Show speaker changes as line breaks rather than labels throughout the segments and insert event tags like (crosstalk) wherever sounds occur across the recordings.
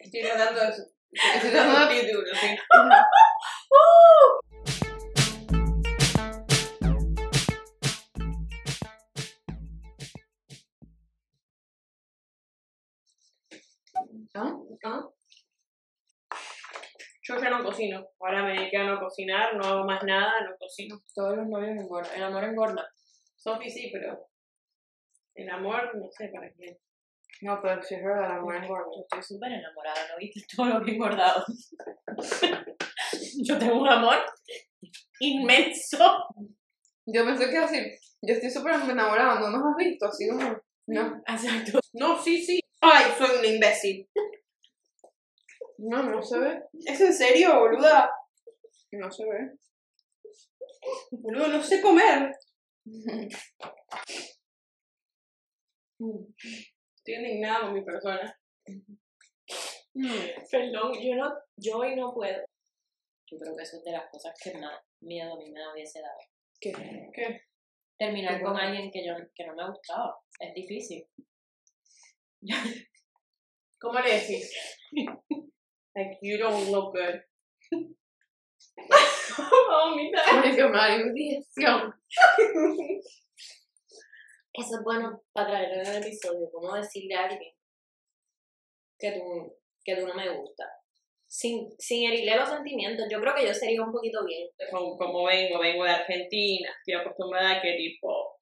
Estoy tratando de. Estoy tratando de título, sí.
¿Ah?
¿Ah? ¿Ah? Yo ya no cocino. Ahora me dediqué a no cocinar, no hago más nada, no cocino.
Todos los novios engordan. El amor engorda.
Sofi sí, pero. El amor, no sé para quién.
No, pero si es verdad, el amor engorda.
Yo estoy súper enamorada, ¿no viste (laughs) todo lo que he engordado? Yo tengo un amor inmenso.
Yo pensé que iba a decir, yo estoy súper enamorada, no nos has visto, así como. No,
Exacto.
No, sí, sí. Ay, soy una imbécil.
no, no se ve.
¿Es en serio, boluda?
No se ve.
Boludo, no sé
(laughs)
comer. Estoy indignada con mi persona.
Perdón, yo, no, yo hoy no puedo. Yo creo que eso es de las cosas que más miedo a mí me hubiese dado.
¿Qué?
¿Qué?
Terminar
Qué
con
bueno.
alguien que, yo, que no me gustaba. Es difícil.
¿Cómo le decís? Like, you don't
(laughs)
look good. (laughs) oh, mira.
Ay, qué maldición.
Eso es bueno para traer en el episodio, cómo decirle a alguien que tú, que tú no me gusta. Sin, sin herirle los sentimientos, yo creo que yo sería un poquito bien.
como, como vengo, vengo de Argentina, estoy acostumbrada a que tipo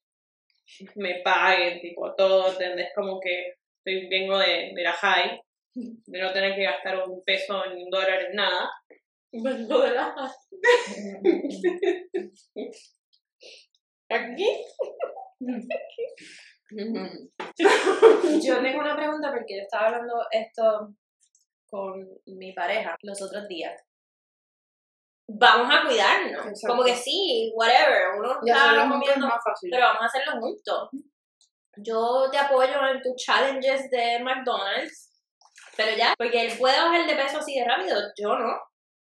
me paguen, tipo todo, ¿entendés? Como que estoy, vengo de, de la high, de no tener que gastar un peso ni un dólar en nada.
Vengo de la-
(laughs)
Aquí
Ujú.
Yo tengo una pregunta porque yo estaba hablando esto con mi pareja los otros días. Vamos a cuidarnos.
Exacto.
Como que sí, whatever. Uno
Ya
está
solo es
comiendo
más fácil.
pero vamos a hacerlo juntos. Yo te apoyo en tus challenges de McDonald's, pero ya, porque él puede bajar de peso así de rápido, yo no.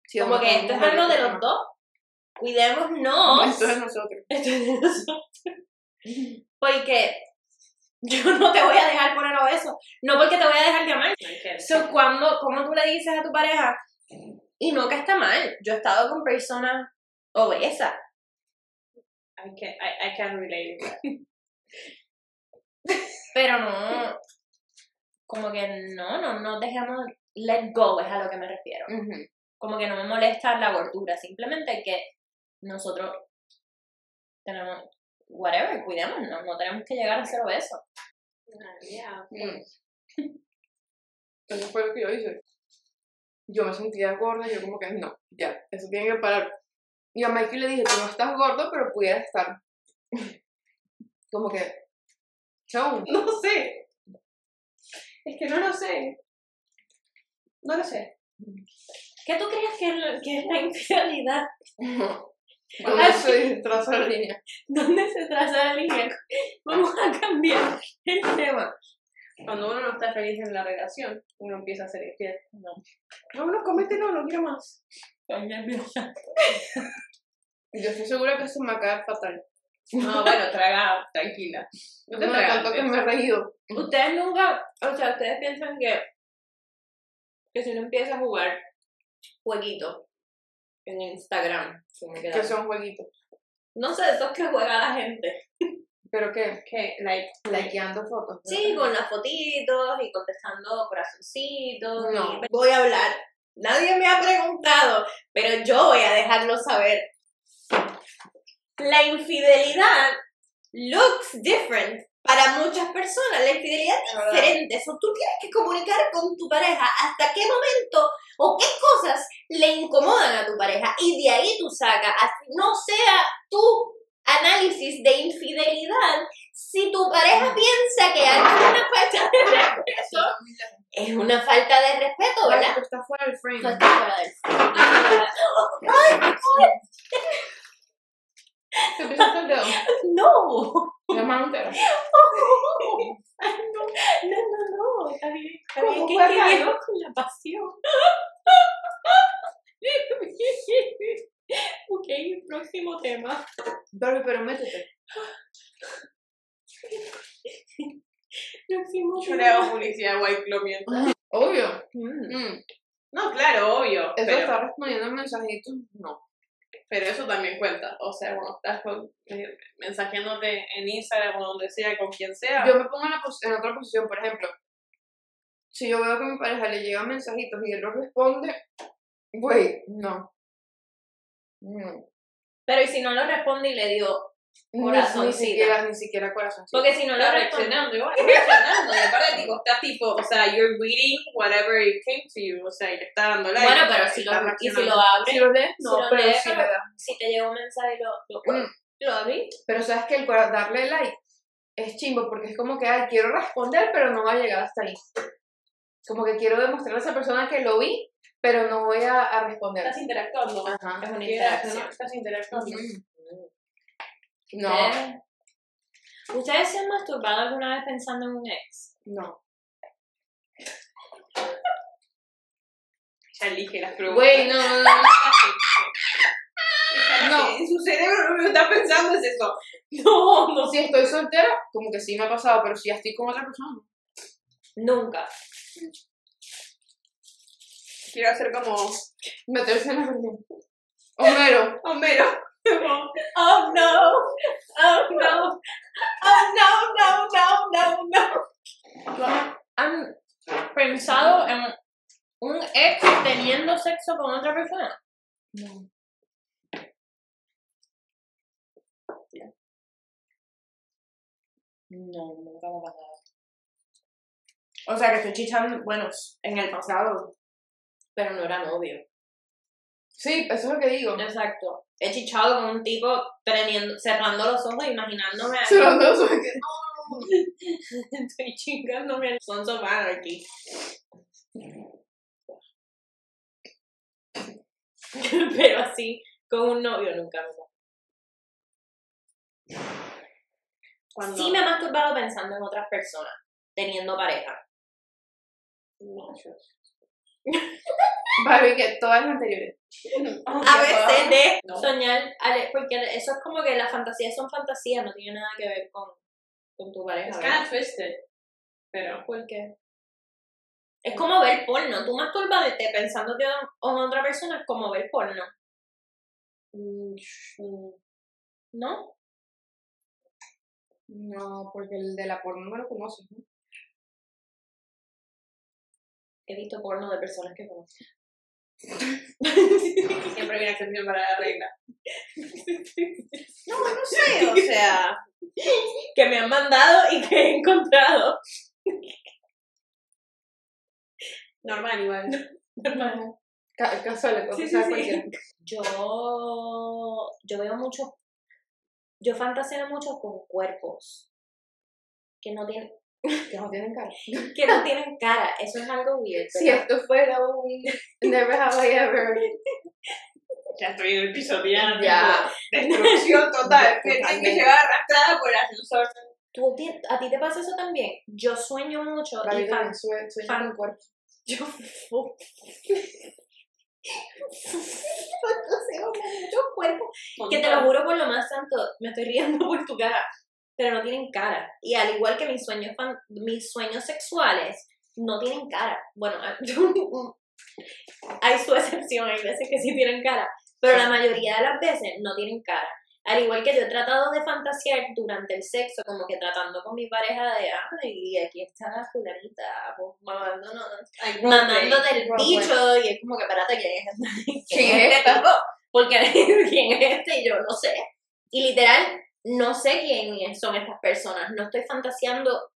Sí,
Como
vamos
que
a
esto es
comer
algo de
rico,
los
¿no?
dos.
Esto es
Cuidémonos.
de nosotros.
(laughs) Esto es de nosotros. Porque yo (laughs) no te voy a dejar poner a eso. No porque te voy a dejar de amar. So, cuando, ¿Cómo tú le dices a tu pareja? Y no que está mal. Yo he estado con personas obesas.
I can, I, I can relate.
Pero no, como que no, no, no dejemos let go, es a lo que me refiero.
Ujú.
Como que no me molesta la gordura, simplemente que nosotros tenemos, whatever, cuidémonos, no tenemos que llegar a ser obesos.
Mm. (laughs) Eso fue lo que yo hice. Yo me sentía gorda y yo como que no, ya, eso tiene que parar. Y a Mikey le dije, tú no estás gordo, pero pudieras estar. (laughs) como que, chau.
(laughs) No sé. Es que no lo sé. No lo sé.
(laughs)
¿Qué tú crees que es, lo- que es la
(laughs)
infidelidad?
¿Dónde se traza la línea?
¿Dónde se traza la
(laughs)
línea? Vamos a cambiar el tema.
Cuando uno no está feliz en la relación, uno empieza a ser infiel. No, no, no, comételo, no quiero más.
Estoy nerviosa.
Yo estoy segura que se me acaba fatal.
No, bueno, traga, tranquila. No
No,
te
tanto que
tragas.
me he reído.
Ustedes nunca, o sea, ustedes piensan que, que si uno empieza a jugar jueguitos en Instagram, se me queda-
Que son jueguitos.
no sé, esos que juega la gente.
¿Pero qué?
Que, like,
Likeando fotos.
Sí, con las fotitos y contestando corazoncitos.
No.
y- Voy a hablar. Nadie me ha preguntado, pero yo voy a dejarlo saber. La infidelidad looks different para muchas personas. La infidelidad diferente. Eso tú tienes que comunicar con tu pareja hasta qué momento o qué cosas le incomodan a tu pareja. Y de ahí tú sacas, así no sea tu análisis de infidelidad, si tu pareja piensa que algo es una falta de respeto, es una falta de respeto, ¿verdad?
Tú estás fuera del frame.
No
(laughs)
estoy fuera del-
Te pisaste el dedo.
No,
La mano entera.
no, no, no, está bien, está
¿Cómo
bien, que
fue acá,
quedemos con la pasión. (laughs) ok, próximo tema.
Barbie, pero métete.
Próximo
yo le hago publicidad a White Claw mientras.
Obvio.
Mm.
Mm.
No, claro, obvio.
Eso
pero,
está respondiendo a mensajitos, no.
pero eso también cuenta. O sea, cuando estás con, eh, mensajeándote en Instagram o donde sea, con quien sea.
Yo me pongo en, la pos- en otra posición, por ejemplo. Si yo veo que a mi pareja le llegan mensajitos y él los responde, güey, no. No.
Pero y si no lo responde y le digo,
Ni- Ni,
Corazoncito.
siquiera, ni siquiera corazón.
porque si no lo
Estás
responde,
reaccionando, igual, estás reaccionando. Y aparte, tipo, estás tipo, o sea, you're reading whatever it came to you. O sea, y le está dando like.
bueno, pero
y
si lo,
está
y si
reaccionando.
lo abre,
Si lo lees, no,
Si lo
pero
lees,
sí le
pero-
das.
si te llega un mensaje, lo, lo,
Mm.
lo abrí.
Pero sabes que el cora- darle like es chimbo porque es como que ay, quiero responder, pero no va a llegar hasta ahí. Como que quiero demostrarle a esa persona que lo vi, pero no voy a, a responder.
Estás interactuando.
Ajá.
Es Ah, una
Qué gracia,
interacción.
¿no? Estás interactuando.
No,
¿Ustedes- Eh, ¿Ustedes se han masturbado alguna vez pensando en un ex?
no.
Ya elige las preguntas.
Güey, no, no, no.
no.
no.
En su cerebro lo que está pensando es eso. (laughs) No, no.
no. Si estoy soltera, como que sí me ha pasado, pero si ya estoy con otra persona, no.
Nunca.
Quiero hacer como oh,
meterse en la relación. Homero,
Homero. (laughs)
Oh no, oh no, oh no, no, no, no, no. ¿Han pensado en un ex teniendo sexo con otra persona?
no.
No, nunca me ha pasado. O sea, que estoy chichando, bueno, en el pasado, pero no era novio.
Sí, eso es lo que digo.
Exacto. He chichado con un tipo teniendo- cerrando los ojos, imaginándome a
Se lo ando sobre-
(laughs) Estoy chingándome el Sons of Anarchy. (laughs) Pero así, con un novio nunca me pasó.
Cuando...
Sí me he masturbado pensando en otras personas, teniendo pareja.
No, yo-
Vale, que todas las anteriores.
A veces de
No.
soñar, ale- porque eso es como que las fantasías son fantasías, no tiene nada que ver con, con tu pareja.
Es
¿verdad?
kind of twisted. Pero.
¿Por qué? Es como ver porno. Tú masturbándote pensando que en otra persona es como ver porno,
mm, sh- mm,
¿no?
No, porque el de la porno no lo conoces, ¿no?
He visto porno de personas que conozco.
Siempre hay una excepción para la (laughs) regla.
No, no sé,
o sea.
que me han mandado y que he encontrado.
Normal, igual.
Ca- casual, o
Sí,
sea,
sí, sí.
cualquiera.
Yo, yo veo mucho, yo fantaseo mucho con cuerpos que no tienen,
Que no tienen cara.
que no tienen cara. Eso es algo weird.
Si
¿verdad?
esto fuera un Never Have I Ever.
Ya estoy en el piso tirando. (laughs)
Ya.
(laughs)
Destrucción total. Me tienen que
Totalmente.
llevar arrastrada por el ascensor.
¿Tú ti- ¿A ti te pasa eso también? Yo sueño mucho y
David
fan-
también sue- sueña
fan-
con cuerpo.
Yo (laughs) fantaseo con muchos cuerpos Que te lo juro por lo más santo, me estoy riendo (laughs) por tu cara, pero no tienen cara. Y al igual que mis sueños, fan- mis sueños sexuales, no tienen cara. Bueno, (laughs) a- yo- hay su excepción, hay veces que sí tienen cara, pero la mayoría de las veces no tienen cara. Al igual que yo he tratado de fantasear durante el sexo, como que tratando con mi pareja de, ay, aquí está la fulanita, pues, mamándonos,
Ay,
mamándote el
Broadway.
bicho, y es como que, espérate, ¿quién es
¿Quién es
este (laughs)
esta?
tipo? Porque (laughs) quién es este, yo no sé. Y literal, no sé quiénes son estas personas. No estoy fantaseando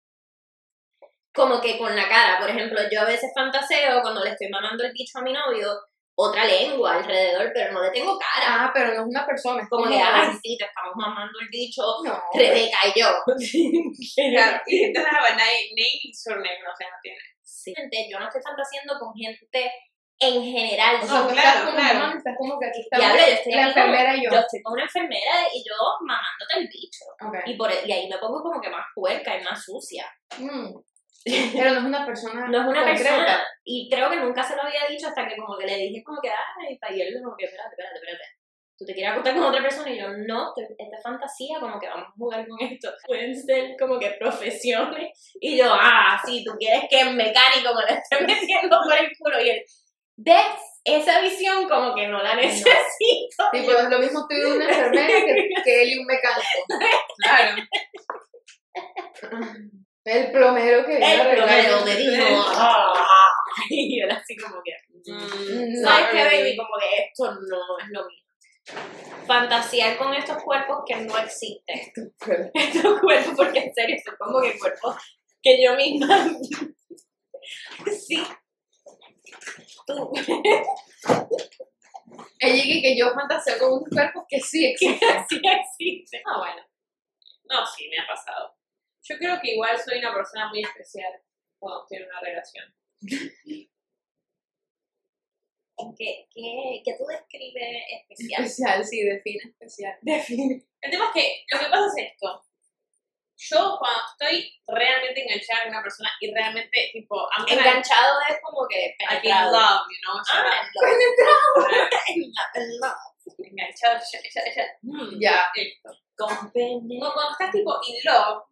como que con la cara. Por ejemplo, yo a veces fantaseo cuando le estoy mamando el bicho a mi novio, otra lengua alrededor, pero no le tengo cara.
Ah, pero no es una persona. Es
Como que, ay, sí, te estamos mamando el bicho,
No.
Rebeca
(laughs)
y yo. (laughs)
Claro, y entonces ah, la verdad, name y surname, o sea, no tiene.
Sí. Gente, Yo no estoy fantaseando con gente en general.
O
no.
sea,
No,
tú
claro,
estás como,
claro.
"Mami, estás como que aquí está
Diablo, yo estoy
la
ahí como-
enfermera y yo.
yo estoy con una enfermera y yo mamándote el bicho.
Ok.
Y, por, e, y ahí me pongo como que más puerca y más sucia. (laughs)
Mm. Pero no es una persona
No es una
concreta.
persona. Y creo que nunca se lo había dicho hasta que como que le dije como que, ay, para y él como que, espérate, espérate, espérate. tú te quieres acostar con otra persona y yo, no, te- esta es fantasía, como que vamos a jugar con esto. (laughs) Pueden ser como que profesiones. Y yo, ah, sí, tú quieres que el mecánico me lo esté (laughs) metiendo por el culo. Y él, ¿ves? Esa visión como que no la necesito.
Tipo, es lo mismo tú y una enfermera
(laughs)
que, que él y un mecánico.
(laughs) Claro.
El plomero que viene a
El plomero
arreglar.
me (laughs) dijo, ah. Y él así como que, mm.
Mm,
¿Sabes qué,
no,
baby? Como que esto no es lo mío. Fantasear con estos cuerpos que no existen. (laughs)
pero-
Estos cuerpos, porque en serio, supongo que cuerpos que yo misma. (laughs) sí. Tú.
(laughs) Ella dice que yo fantaseo con unos cuerpos que sí existen.
Pues
sí existe.
Ah, bueno. No, sí, me ha pasado. Yo creo que igual soy una persona muy especial cuando estoy en una relación.
¿Qué, qué, qué tú describes (laughs) especial?
Especial, sí, define (laughs) especial.
El tema es que lo que pasa es esto. Yo cuando estoy realmente enganchada con una persona y realmente, tipo, I'm gonna-
Enganchado es como que
I'm in
penetrado.
love, you know? so,
Ah, (laughs) en love.
like, enganchado, ya, ya, ya. mm,
Ya.
esto.
Con pene.
Como cuando estás tipo in love,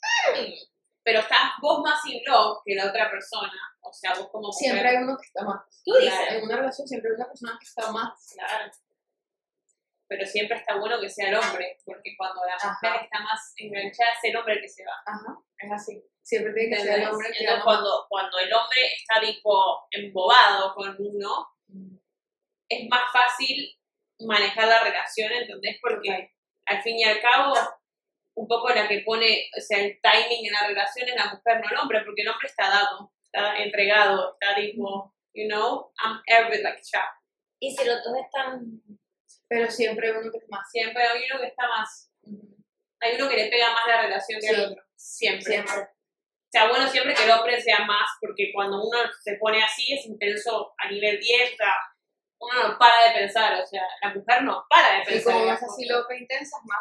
mm, pero estás vos más in love que la otra persona, o sea, vos como mujer.
Siempre hay uno que está más.
tú
Claro,
dices,
En una relación siempre hay una persona que está más.
claro. Pero siempre está bueno que sea el hombre, porque cuando la mujer
Ajá.
está más enganchada es el hombre el que se va.
Ajá, es así. Siempre tiene que ser el
¿entendés?
hombre que
Entonces,
ama.
cuando, cuando el hombre está tipo embobado con uno,
Mm.
es más fácil manejar la relación, ¿entendés? Porque al fin y al cabo, un poco la que pone, o sea, el timing en la relación es la mujer, no el hombre, porque el hombre está dado, está entregado, está tipo, you know, I'm every like chap.
Y si los dos están.
Pero siempre hay uno que es más.
Siempre hay uno que está más, hay uno que le pega más la relación que
Sí.
al otro, siempre.
Siempre.
O sea, bueno, siempre que el hombre sea más, porque cuando uno se pone así es intenso a nivel 10, o sea, uno no para de pensar, o sea, la mujer no para de
Y
pensar.
como
en
más
las
así
cosas.
loca e intensa, es más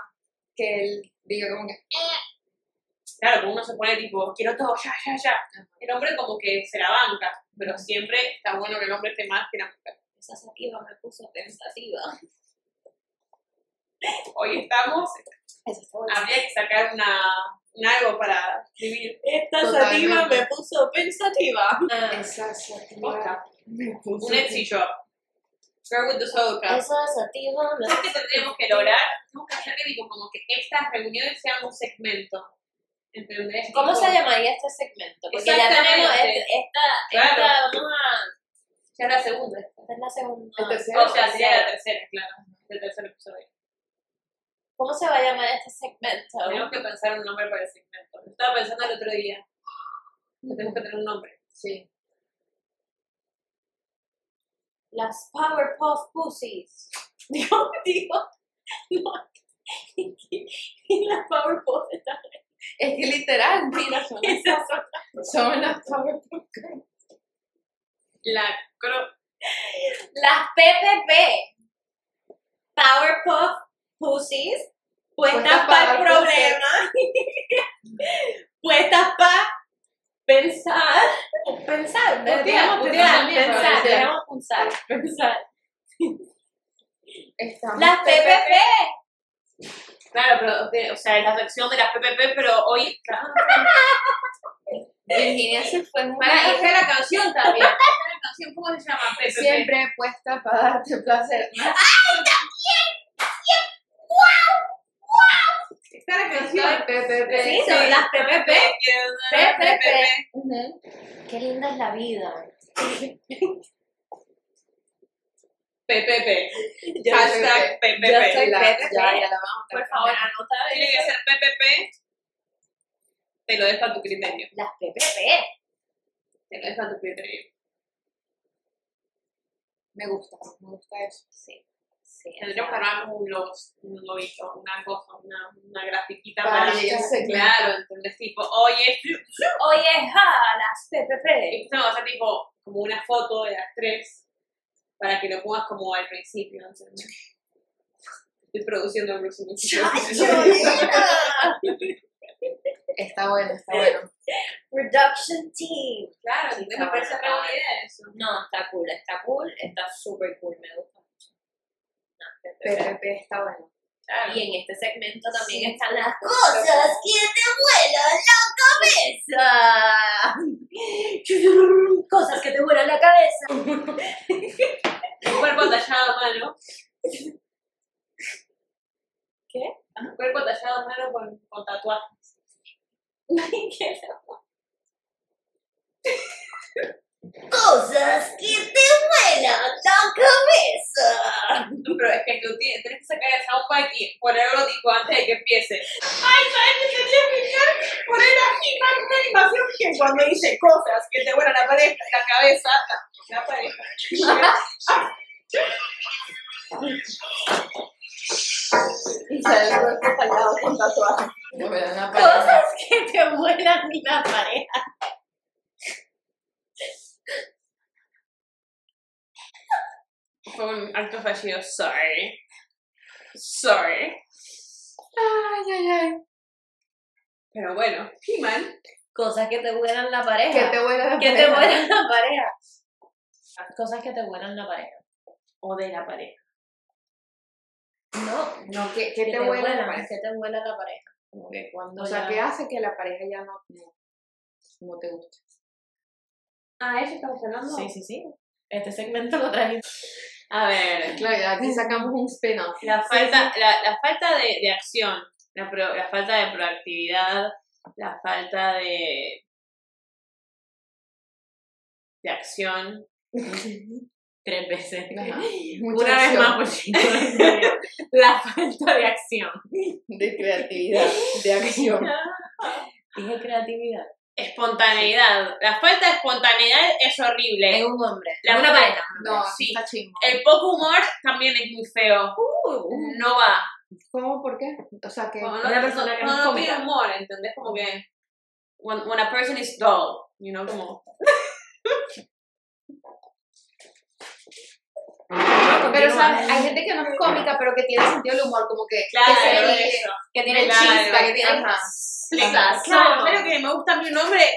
que él diga como que.
Claro, como uno se pone tipo, quiero todo, ya, ya, ya. El hombre como que se la banca, pero siempre está bueno que el hombre esté más que la mujer.
Esa sativa me puso pensativa.
Hoy estamos,
Eso está bueno.
habría que sacar una, un algo para vivir.
Esta
Totalmente. Ah.
sativa me puso pensativa.
Exacto.
Posta.
Me puso-
Un éxito. Girl with the soul cup.
Esa sativa me
¿Sabes qué tendríamos que lograr? Tenemos que hacer que, tipo, como que estas reuniones sean un segmento. ¿Entendés?
¿Cómo
Tipo,
se llamaría este segmento? Porque ya tenemos
Exactamente.
este- esta,
Claro.
esta, vamos a...
Ya la segunda.
Esta es la segunda.
El tercero.
O sea, sería la tercera, claro. El tercer episodio.
¿Cómo se va a llamar este segmento?
Tenemos que pensar un nombre para el segmento. Lo estaba pensando el otro día. que Tenemos que tener un nombre.
Sí.
Las Powerpuff Pussies. (laughs) Dios mío. (laughs) No. Y las Powerpuff están
Es que literal, mira, son,
esas son-
son las Powerpuff Girls.
La cro...
Las PPP. Powerpuff Pussies. Puestas
Puestas
para
pa'
el
dar
problema. (laughs) Puestas para pensar. Pensar.
Putea,
deberíamos
putea
putear,
también,
pensar.
putea.
Deberíamos pensar. Pensar.
Estamos
Las (laughs) PPP.
Claro, pero, de- o sea, es la sección de las PPP, pero hoy...
Virginia se fue muy
Para, y está la canción también. Está la canción, ¿cómo se llama? PPP.
Siempre puesta para darte placer.
Está la canción.
Ay, PPP.
Sí, son las PPP.
PPP.
Ujú.
(laughs) Qué linda es la vida.
PPP.
Yo
Hashtag
Yo soy
PPP.
La-
PPP.
ya, ya la vamos a
Por favor, anota.
Tiene que ser PPP. Te lo dejo a tu criterio.
Las PPP.
Te lo dejo a tu criterio.
Me gusta, me gusta eso.
Sí. Sí.
Tendremos que armar un logo, un lobito, una cosa, una, una grafiquita
Para
para.
que ellos se-
claro, ¿entendés? Tipo, oye,
Oye, ja, las (laughs) PPP.
esto va a ser tipo como una foto de las tres para que lo pongas como al principio, ¿entendés? Estoy produciendo el próximo
Está bueno, está bueno.
Production team.
Claro, ¿entendés? me parece re buena idea eso.
No, está cool, está cool, está súper cool, me gusta mucho. Las
eh,
PPP está bueno.
Claro.
Y en este segmento también
Sí.
están las cosas que te vuelan la cabeza. (laughs) cosas que te vuelan la cabeza. (laughs)
Un cuerpo tallado a mano.
¿Qué?
Un cuerpo tallado a mano con, con tatuajes.
¿Qué (laughs) Cosas que te vuelan la cabeza.
Pero es que tú tienes, tienes que sacar el soundbite y ponerlo tipo antes de que empiece. Ay, ¿sabes qué quería explicar? Poner aquí más una animación que cuando dice cosas que te vuelan la pareja, la cabeza, la, la pareja.
Y salen los tallados con tatuajes.
No Ah, me dan la palabra.
Cosas que te vuelan ni la pareja.
(laughs) Fue un acto fallido, sorry. Sorry.
Ay, ay, ay.
Pero bueno, He-Man.
Cosas que te vuelan la pareja.
Que te vuela la
Que te
palabra.
vuelan la pareja. Cosas que te vuelan la pareja.
O de la pareja.
No.
No, que, que te vuela la pareja.
Que te vuela la pareja. Como que cuando
O sea,
ya-
que hace que la pareja ya no, no, no te guste.
Ah, eso estamos hablando.
Sí, sí, sí. Este segmento lo traje.
A ver,
Claro, ya aquí sacamos un spin-off.
la falta, La, la falta de, de acción, la, pro- la falta de proactividad, la falta de.
(laughs)
de acción.
Tres veces.
Ajá.
Una
Mucha
vez
acción
más, pues, por si no lo sabía. La falta de acción.
De creatividad, de acción.
Dije creatividad.
Espontaneidad. La falta de espontaneidad es horrible.
Es un hombre.
La
una
mujer-
pareja.
(laughs) No,
Sí.
está chingo.
El poco humor también es muy feo.
Uh,
No va.
¿Cómo? ¿Por qué? O sea, que...
Cuando
Una persona que no
cuando
es
tiene
cómica.
humor, ¿entendés? Como que. When, when a person is dull, you know, como.
Pero,
Continúa.
¿sabes? Hay gente que no es cómica, pero que tiene sentido del humor, como que...
Claro,
que se ríe,
eso.
que tiene
Claro,
chispa, que tiene
ajá.
sazón.
Claro, pero que me gusta a mí un hombre.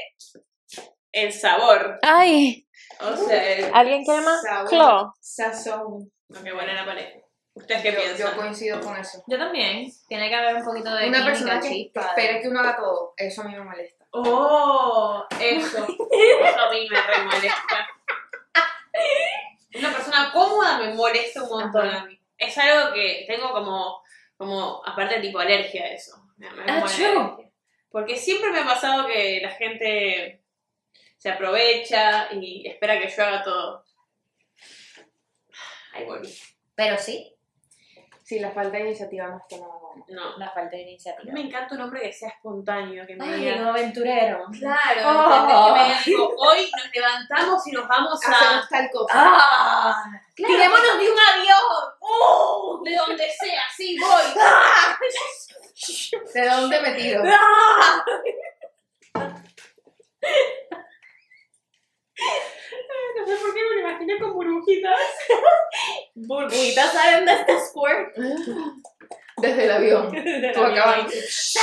El sabor.
Ay,
O sea, el.
¿alguien quiere más?
sabor,
Claw.
Sazón.
Lo que huele en la pared. ¿Ustedes qué
Yo- Yo
piensan?
coincido con eso.
Yo también. Tiene que haber un poquito de
Una
química,
persona que
chispa,
espera que uno haga todo, eso a mí me molesta.
Oh,
(laughs)
eso. Eso a mí me re molesta. Una persona cómoda me molesta un montón a mí. Es algo que tengo como. como aparte, tipo alergia a eso. Me- me
Ah,
como
chu.
alergia. Porque siempre me ha pasado que la gente se aprovecha y espera que yo haga todo. Ay, volví.
Pero sí,
Sí, la falta de iniciativa no está nada bueno.
No.
la falta de
A mí
iniciativa.
me encanta un hombre que sea espontáneo, que me
Ay,
diga.
un aventurero.
Claro,
Oh.
¿entendés? que me diga, tipo, hoy nos levantamos y nos vamos a.
Hacemos tal cosa.
¡Ah!
¡Tirémonos de un avión! ¡Oh! De donde sea, sí, voy. (laughs)
¿De dónde me tiro?
(laughs) ¡Ah!
No sé por qué me lo imaginé con burbujitas.
Burbujitas saben de este squirt.
Desde el avión. Tú acabas.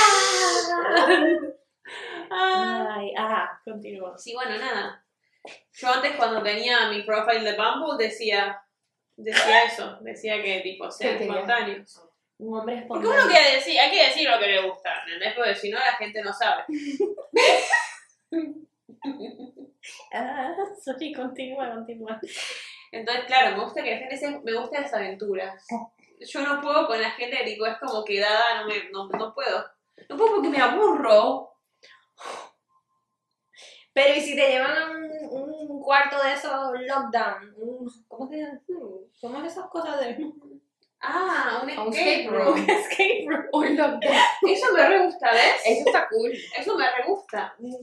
Ah.
Ay, ajá, continúo.
(laughs) Sí, bueno, nada. Yo antes cuando tenía mi profile de Bumble decía, decía eso, decía que tipo sean
¿Qué querías?
espontáneos.
Un hombre
Porque
espontáneo.
uno que decir, hay que decir lo que le gusta, ¿entendés? Porque si no la gente no sabe.
Ah, (laughs) Sofi, continúa, continúa.
Entonces, claro, me gusta que la gente sea, me gustan las aventuras. Yo no puedo con la gente, digo, es como quedada, no, me, no, no puedo. No puedo porque me aburro.
Pero, ¿y si te llevan a un, un cuarto de esos lockdown? Un- ¿Cómo se llama? ¿Cómo es esas cosas de (laughs)
Ah, un escape,
un escape
room.
(laughs) room.
escape room?
Un lockdown.
(laughs) Eso me re gusta, ¿ves?
Eso está cool.
Eso me re gusta.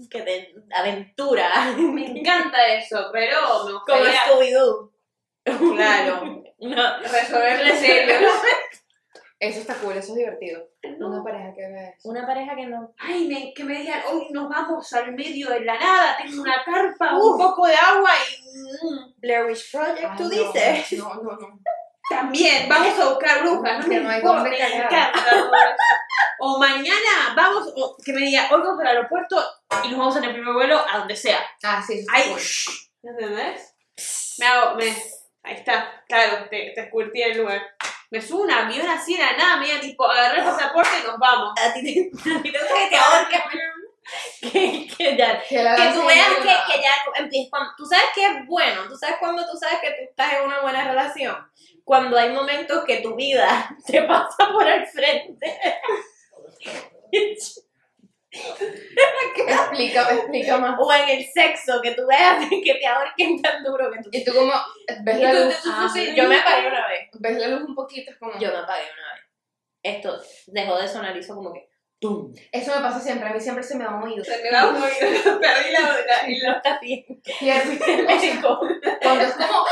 Que te aventura. (laughs)
Me encanta eso, pero me
Como
gustaría...
Scooby-Doo.
(laughs)
(laughs)
Claro.
No.
Resolver misterios.
Eso está cool, eso es divertido. Una
No.
pareja que haga eso.
Una pareja que no.
Ay, me- que me digan, hoy nos vamos al medio de la nada, tengo una carpa, un poco de agua y... mm,
Blair Witch Project,
Ay,
tú
no,
dices.
No, no, no.
También, vamos a buscar brujas, no
Que
me
no hay
importa,
dónde
me
cagar.
encanta todo eso. O mañana vamos, o que me diga, hoy vamos al aeropuerto y nos vamos en el primer vuelo a donde sea.
Ah, sí, eso está
Ay,
cool.
¿entendés? Me hago, me, ahí está, claro, te, te escurtí el lugar.
me subo una avión así de la nada, media tipo, agarré el pasaporte y nos
(laughs)
vamos.
A ti te, a ti te gusta que te ahorquen. Que, que ya.
Que,
Ah,
la
Que
hagas
tú veas
en
que,
una-
que ya empie- cuando- Tú sabes que es bueno. Tú sabes cuando tú sabes que tú estás en una buena relación. Cuando hay momentos que tu vida (laughs) te pasa por el frente. (laughs)
Explica, explica más.
o en el sexo, que tú veas (laughs) que te ahorquen tan duro que tú...
Y tú como ves
Y
la
tú-
luz,
tú- tú-
Ah,
sí,
yo me apagué una vez.
ves la luz un poquito, es como...
Yo me apagué una vez. Esto dejó de sonar, hizo como que... ¡Tum!
Eso me pasa siempre, a mí siempre se me ha movido.
Se me va
(laughs)
un oído, perdí la otra.
Y lo está bien. (laughs)
Cierto.
El médico.
Cuando es como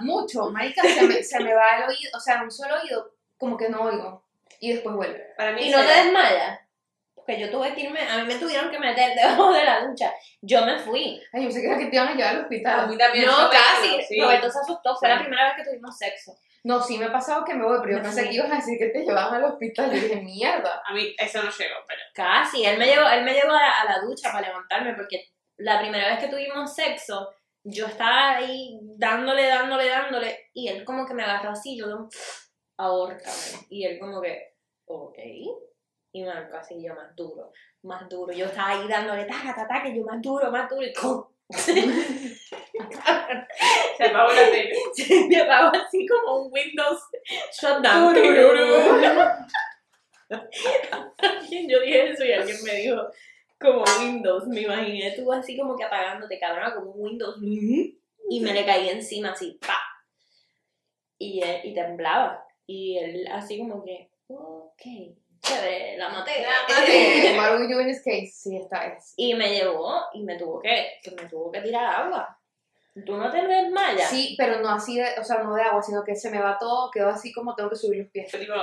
mucho, marica, se me, se me va el oído, o sea, un solo oído, como que no oigo. Y después vuelve.
Para mí
Y
es
no te
ser-
desmayas. Porque yo tuve que irme, a mí me tuvieron que meter debajo de la ducha. Yo me fui.
Ay, yo pensé que era que te iban a llevar al
A
hospital.
mí también.
No,
yo me-
casi.
sí.
Roberto se asustó. Fue la primera vez que tuvimos sexo.
No, sí me ha pasado que me voy, pero yo
Ah,
Me
pensé
fui.
que ibas a decir que te llevaban al hospital. Yo dije,
(laughs)
mierda.
A mí eso no llegó, pero...
Casi. Él me llevó, él me llevó a, la, a la ducha para levantarme porque la primera vez que tuvimos sexo, yo estaba ahí dándole, dándole, dándole. Y él como que me agarró así. y Yo lo ahorcame. Y él como que, ok. Y me arrancó así yo más duro, más duro. Yo estaba ahí dándole taca, taca, que yo más duro, más duro. Y ¡cum!
Se apagó la tele.
(laughs) se me apagó así como un Windows shutdown. Alguien- Yo dije eso y alguien me dijo como Windows. Me imaginé tú así como que apagándote, cabrón, como un Windows. ¿Mm? Y me le caí encima así, pa. Y, él- y temblaba. Y él así como que, ok, chévere, la maté.
La
Eh, What do we do in this case? Sí, está. Es.
Y me llevó y me tuvo que, que me tuvo que tirar agua. ¿Tú no te desmayas? (laughs)
Sí, pero no así, de, o sea, no de agua, sino que se me va todo, quedó así como tengo que subir los pies.
Yo, tipo,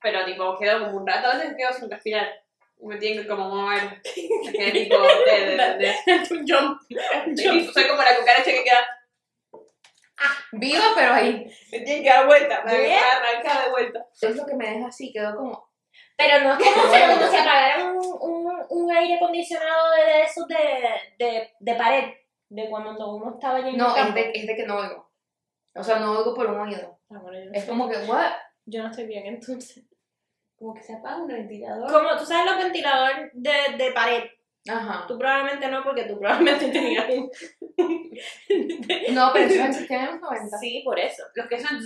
pero tipo, quedo como un rato antes, quedo sin respirar. Me tienen que como mover. Que tipo, de, de, de,
(laughs)
de-
Un jump.
Tipo, soy como la cucaracha que queda.
Viva, pero ahí.
Me tienen que dar vuelta para que
Bien.
pueda arrancar de vuelta.
Es lo que me deja así, quedó como...
Pero no es como,
Bueno.
si, como si apagara un, un, un aire acondicionado de esos de, de, de pared, de cuando uno estaba allí en
No,
el
es
campo.
de, es de que no oigo. O sea, no oigo por un oído.
Ah, bueno, yo, no
Es
estoy,
como que, what?
yo no estoy bien entonces.
Como que se apaga un ventilador.
Como tú sabes los ventiladores de, de pared,
Ajá.
tú probablemente no, porque tú probablemente tenías un...
No, pero eso
(laughs)
existía en los 90.
sí, por eso.
Los que son.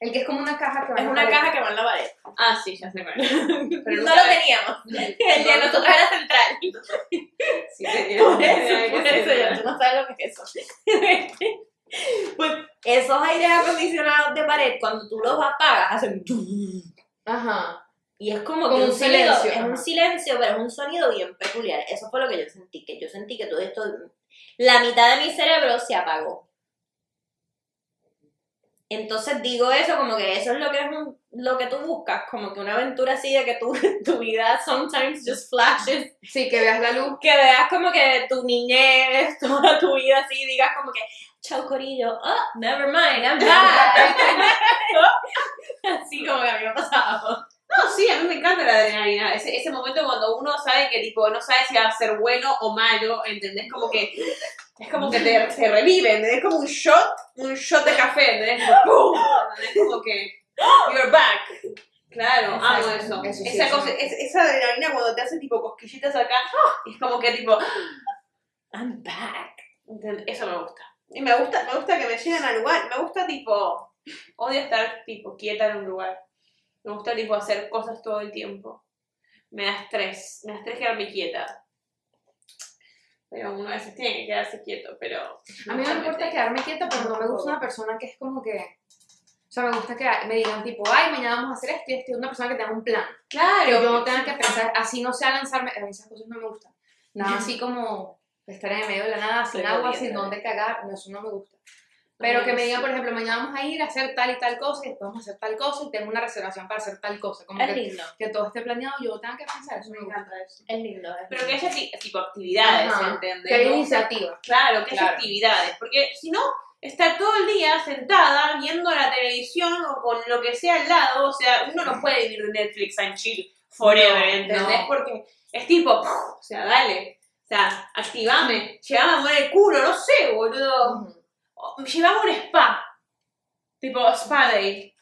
El que es como una caja que va
Es
en la
una
pared.
caja que va en la pared.
Ah, sí, ya sé cuál. Pero
no lo teníamos. El de nosotros era central.
(laughs)
Sí, que
Por eso, por eso, ya tú no sabes lo que es eso. (laughs) pues esos aires acondicionados de pared, cuando tú los apagas, hacen...
Ajá.
Y es como,
Como
que
un
un silencio.
silencio,
es
ajá.
un silencio, pero es un sonido bien peculiar. Eso fue lo que yo sentí, que yo sentí que todo esto, la mitad de mi cerebro se apagó. Entonces digo eso, como que eso es lo que es un- lo que tú buscas, como que una aventura así de que tu, (laughs) tu vida sometimes just flashes,
Sí, que veas la luz.
que veas como que tu niñez, (laughs) toda tu vida así, digas como que, chao corillo, oh, never mind, I'm back. (laughs) así como que había pasado.
No, sí, a mí me encanta la adrenalina. Ese, ese momento cuando uno sabe que tipo no sabe si va a ser bueno o malo, ¿entendés? Como que es como que te, te revive, ¿entendés? Es como un shot, un shot de café, ¿entendés? Como, ¡pum! ¿entendés? como que you're back. Claro, amo eso.
Exacto, eso sí,
esa,
eso.
cosa- es- esa adrenalina cuando te hace tipo cosquillitas acá, es como que tipo,
I'm back.
¿entendés? eso me gusta. Y me gusta, me gusta que me lleven al lugar, me gusta tipo, odio estar tipo quieta en un lugar. Me gusta tipo hacer cosas todo el tiempo. Me da estrés, me da estrés quedarme quieta. Pero uno a veces tiene que quedarse quieto, pero...
A mí no me importa quedarme quieta, pero no me gusta una persona que es como que... O sea, me gusta que me digan tipo, ay, mañana vamos a hacer esto y esto. y Una persona que tenga un plan. Que
Claro,
yo no tenga que pensar, así no sea lanzarme. A mí esas cosas no me gustan. Nada así como estar en el medio de la nada, sin
Estoy
agua,
jodida,
sin
¿eh?
dónde cagar. No, eso no me gusta. Pero que me digan, por ejemplo, mañana vamos a ir a hacer tal y tal cosa y después vamos a hacer tal cosa y tengo una reservación para hacer tal cosa. Como
Es
que,
lindo.
que todo esté planeado, yo no tenga que pensar. Eso
Mm.
me gusta.
Es lindo. es
Pero que
lindo.
haya ti- tipo actividades,
Ajá,
¿entendés?
Que haya
No,
iniciativa.
Claro, que haya
Claro.
actividades, porque si no, estar todo el día sentada viendo la televisión o con lo que sea al lado, o sea, uno no puede vivir de Netflix and chill forever,
No,
¿entendés?
no.
Porque es tipo, "Puf", o sea, dale, o sea, activame, llegame a mover el culo, no sé, boludo,
Oh,
Ujú.
O, llegame a un spa, tipo spa day,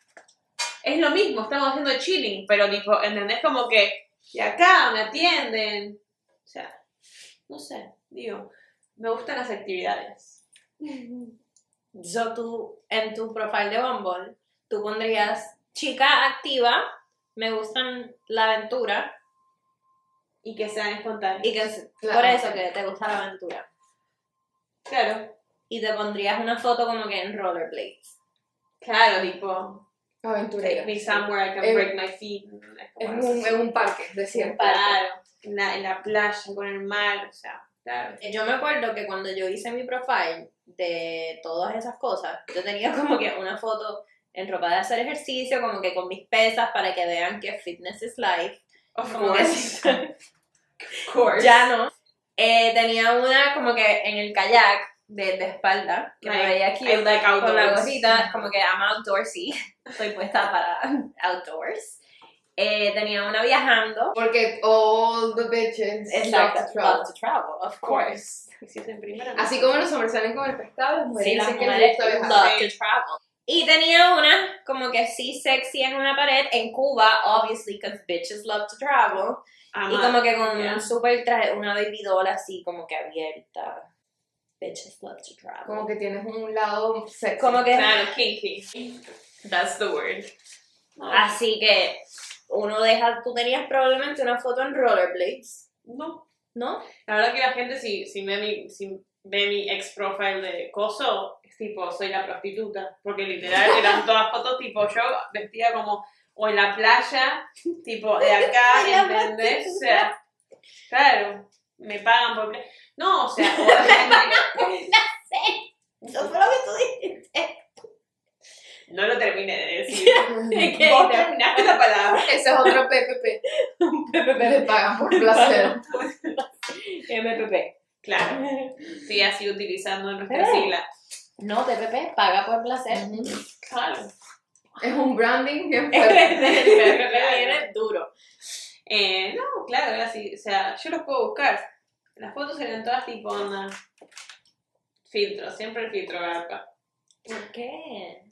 es lo mismo, estamos haciendo chilling, pero tipo, ¿entendés? Como que, y acá me atienden. O sea, no sé, digo, me gustan las actividades.
Yo tú, en tu profile de Bumble, tú pondrías chica activa, me gustan la aventura,
Y que sean espontáneas.
y que
Claro.
por eso que te gusta la aventura.
Claro,
Y te pondrías una foto como que en rollerblades.
claro, tipo,
Aventurera.
take me somewhere I can
Eh,
break my feet.
Es un, es un parque, desierto.
Claro, en la, en la playa, con el mar, o sea, claro.
Yo me acuerdo que cuando yo hice mi profile de todas esas cosas, yo tenía (laughs) como que una foto en ropa de hacer ejercicio, como que con mis pesas para que vean que fitness is life.
Of
Como que
course. (laughs) Of course.
(laughs) Ya no. Eh, tenía una como que en el kayak de, de espalda, que me
Like,
veía aquí
I like
con la
outdoors.
gorrita, como que I'm outdoorsy, (laughs) estoy puesta para (laughs) outdoors. Eh, tenía una viajando.
Porque all the bitches
Exacto,
love to travel.
love to travel, of course.
Si es en primera, no.
Así como los hombres salen con el pescado, las mujeres
Sí, las
dicen que les
mujeres
gusta viajar.
love to travel. Y tenía una como que sí sexy en una pared en Cuba, obviously, because bitches love to travel.
Ah,
Y
ma-
como que con
yeah.
un super traje, una baby doll así como que abierta. Bitches love to travel.
Como que tienes un lado sexy.
Como
(laughs)
que
Claro, kinky. That's the word.
así que uno deja, tú tenías probablemente una foto en rollerblades,
No.
¿no?
La verdad que la gente si, si, ve, mi, si ve mi ex profile de Coso, es tipo, soy la prostituta. Porque literal
(laughs)
eran todas fotos tipo yo vestida como o en la playa, tipo
(laughs)
de
Soy la
acá, ¿entendés? O sea, claro, me pagan porque... No, o sea, o la gente-
Eso fue lo que tú dijiste.
(laughs) no lo terminé de
(laughs)
decir.
¿Qué?
Vos terminaste la
(laughs)
palabra.
Ese es otro PPP. Le pagan por placer.
MPP.
Claro, sí, así utilizando nuestra
Eh.
sigla.
No, PPP, paga por placer. (laughs)
Claro.
Es un branding bien fuerte.
PPP (laughs) viene duro.
Eh, no, claro, era así. O sea, yo los puedo buscar. Las fotos eran todas tipo onda. Filtro, siempre el filtro garpa.
¿Por qué?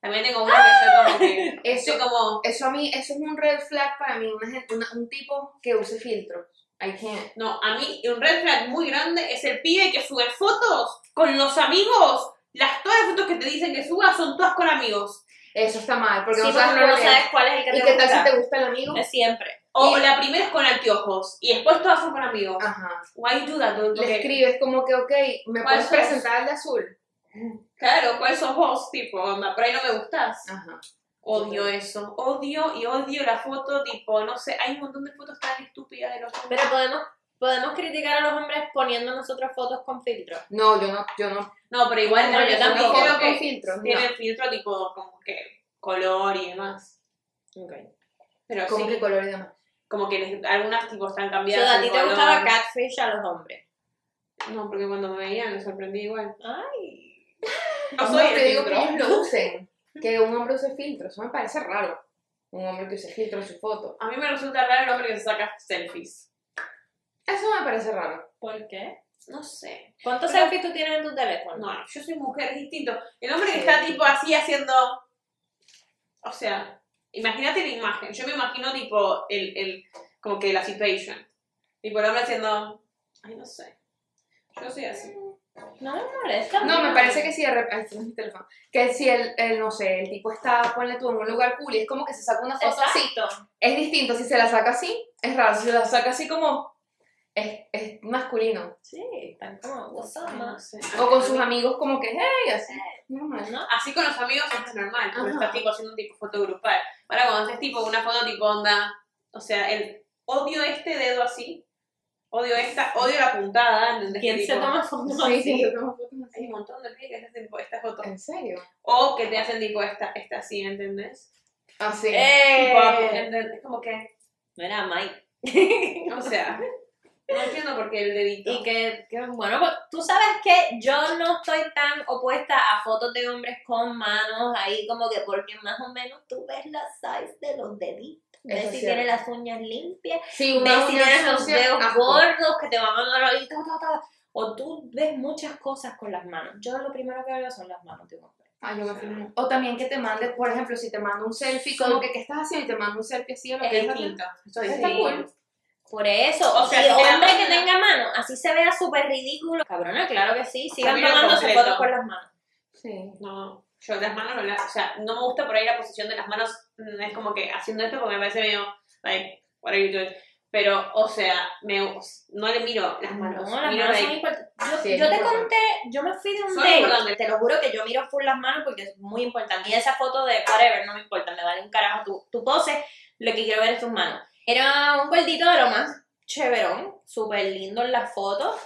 También tengo una que soy como que.
(laughs) Eso,
Soy como.
eso a mí, eso es un red flag para mí. Una gente- una- un tipo que use filtro. I can't.
No, a mí un red flag muy grande es el pibe que sube fotos con los amigos. Las, todas las fotos que te dicen que subas son todas con amigos.
Eso está mal, porque
Sí,
no
porque
sabes
uno no
cuál es.
sabes cuál es el que te
¿Y qué tal si
gusta.
te gusta el amigo?
Es siempre.
O
Y-
la primera es con anteojos y después todas son con amigos.
Ajá.
Why you do that? dude?
Le
Porque-
escribes como que, ok, ¿me
¿Cuál
puedes
sos?
presentar al de azul?
Claro, ¿cuál sos vos? Tipo, onda, por ahí no me gustás.
Ajá.
Odio eso, odio y odio la foto, tipo, no sé, hay un montón de fotos tan estúpidas de los hombres.
Pero podemos, podemos criticar a los hombres poniendo nosotros fotos con filtro.
No, yo no, yo no.
No, pero igual
No,
no,
yo
yo
tampoco.
creo
Solo con
que
filtro, no.
tienen filtro tipo como que color y demás. Pero
¿Cómo
sí,
que color y demás?
como que les- algunas tipo están
O sea,
cambiadas.
a ti
el
te
color.
gustaba catfish a los hombres.
No, porque cuando me veían me sorprendí igual.
Ay.
No
No,
soy el
te digo que
filtro.
ellos lo (laughs) usen. Que un hombre use filtro, eso me parece raro. Un hombre que use filtro en su foto.
A mí me resulta raro el hombre que se saca selfies.
Eso me parece raro.
¿Por qué?
No sé.
¿Cuántos
Pero-
selfies tú tienes en tu teléfono?
No, yo soy mujer, es distinto. El hombre que
Sí.
está tipo así haciendo. O sea, imagínate la imagen. Yo me imagino tipo el, el como que la situación. Tipo el hombre haciendo. Ay, no sé. Yo soy así.
No me molesta.
No, me parece que si de repente. Ay, este no es mi teléfono. Que si el, el, no sé, el tipo está, ponle tú en un lugar cool y es como que se saca una foto así.
Exacto.
Es distinto, si se la saca así, es raro. Si se la saca así como. Es, es masculino.
Sí, están como
Ay, no
guasamas.
sé.
O con sus amigos, como que, hey, así. Normal.
¿No?
Así con los amigos es normal. Pero
Ajá.
estás tipo haciendo un tipo foto grupal. Ahora cuando haces tipo una foto tipo onda. O sea, el odio este dedo así. Odio esta, odio la puntada. ¿entendés?
¿Quién
Tipo,
se toma fotos
Sí,
así?
sí, se toma fotos así.
Hay un montón de pibes que hacen tipo esta foto.
¿En serio?
O que te hacen tipo esta, esta así, ¿entendés?
Así.
Tipo,
¡Eh!
enten- es como que,
Mira, Mike.
o sea, no entiendo por qué el dedito.
Y que, que, bueno, pues, tú sabes que yo no estoy tan opuesta a fotos de hombres con manos ahí como que porque más o menos tú ves la size de los deditos. Ves
Eso es
si
cierto.
tiene las uñas limpias,
Sí,
ves
una
si
uña
tienes los
sucia,
dedos
asco.
gordos que te van a dar ahí, ta, ta, ta. O tú ves muchas cosas con las manos. Yo lo primero que veo son las manos de un hombre.
Ah, yo me filmo. O también que te mande, por ejemplo, si te mando un selfie, como que, ¿qué estás haciendo? Y te mando un selfie así a lo
Es
que estás
distinto.
haciendo. Eso está
Sí.
cool.
Por eso,
O
o
sea,
si el
si la
hombre que
mano-
tenga mano, así se vea súper ridículo. Cabrona, claro que sí, sigan
Camino
tomando sus
completo.
fotos con las manos.
Sí.
No, yo las manos no las. O sea, no me gusta por ahí la posición de las manos. mm, Es como que haciendo esto porque me parece medio. Like, what are you doing? Pero, o sea, me, no le miro las
No,
manos.
las manos
miro
son
like,
importantes. Yo,
Sí, es
yo te
importante.
conté, yo me fui de un
Son
date.
importantes.
Te lo juro que yo miro full las manos porque es muy importante. Y esa foto de whatever no me importa, me vale un carajo tu, tu pose. Lo que quiero ver es tus manos. Era un gordito de lo más chéverón, súper lindo en las fotos.